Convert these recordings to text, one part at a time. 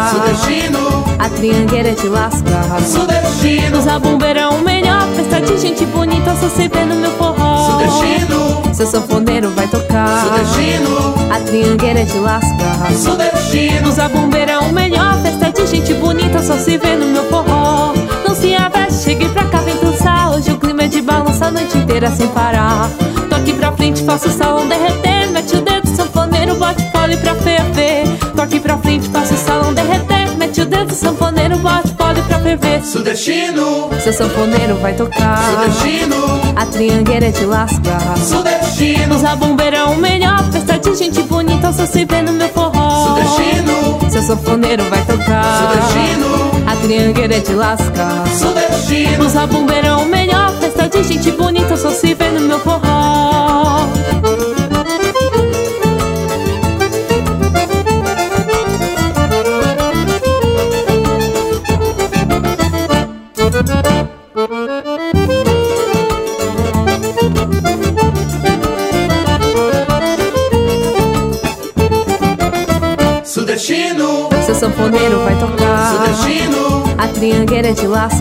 nordestino, A triangueira te lasca sudestino, Usa bombeirão é melhor Festa de gente bonita Só se vê no meu forró sudestino, Seu sanfoneiro vai tocar sudestino, A triangueira te lasca sudestino, Usa bombeirão melhor Festa de gente bonita Só se vê no meu forró Não se aveste Chegue pra cá, vem dançar Hoje o clima é de balança A noite inteira sem parar Toque pra frente Faça o salão derreter Mete o dedo sanfoneiro Bote pole pra ferver Toque pra frente Faça o salão derreter Mete o dedo sanfoneiro Bote pole pra ferver sudestino, Seu sanfoneiro vai tocar sudestino, A triangueira é te lasca sudestino, Usa bombeirão melhor Festa de gente bonita Só se vê no meu forró sudestino, Seu sanfoneiro vai tocar sudestino, A triangueira te lasca sudestino, Usa bombeirão melhor Festa de gente bonita Só se vê no meu forró sudestino, Seu sanfoneiro vai tocar sudestino, A triangueira te lasca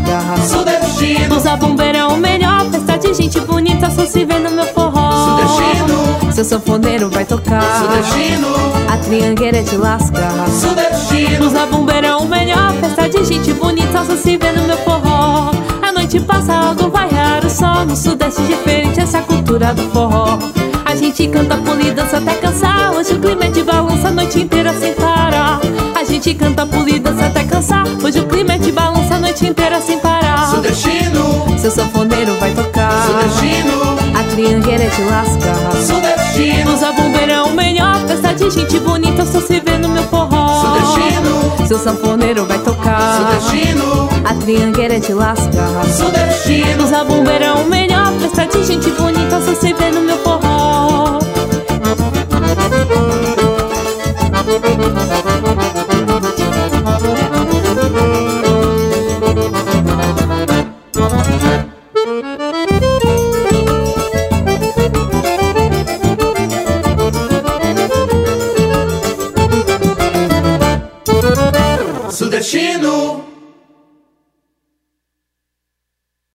sudestino, Usa bombeirão melhor Festa de gente bonita Só se vê no meu forró sudestino, Seu sanfoneiro vai tocar sudestino, A triangueira te lasca sudestino, Usa bombeirão melhor Festa de gente bonita Só se vê no meu forró A noite passa, algo vai raro Só no sudeste diferente Essa é a cultura do forró A gente canta, pula e dança até cansar Hoje o clima é de balança A noite inteira sem parar A gente canta, pula e dança até cansar Hoje o clima é de balança A noite inteira sem parar sudestino, Seu sanfoneiro vai tocar sudestino, a triangueira te lasca. sudestino, Usa bombeirão melhor, festa de gente bonita, só se vê no meu forró. sudestino, Seu sanfoneiro vai tocar. sudestino, A é triangueira te lasca. sudestino, Usa bombeirão melhor, festa de gente bonita, só se vê no meu forró.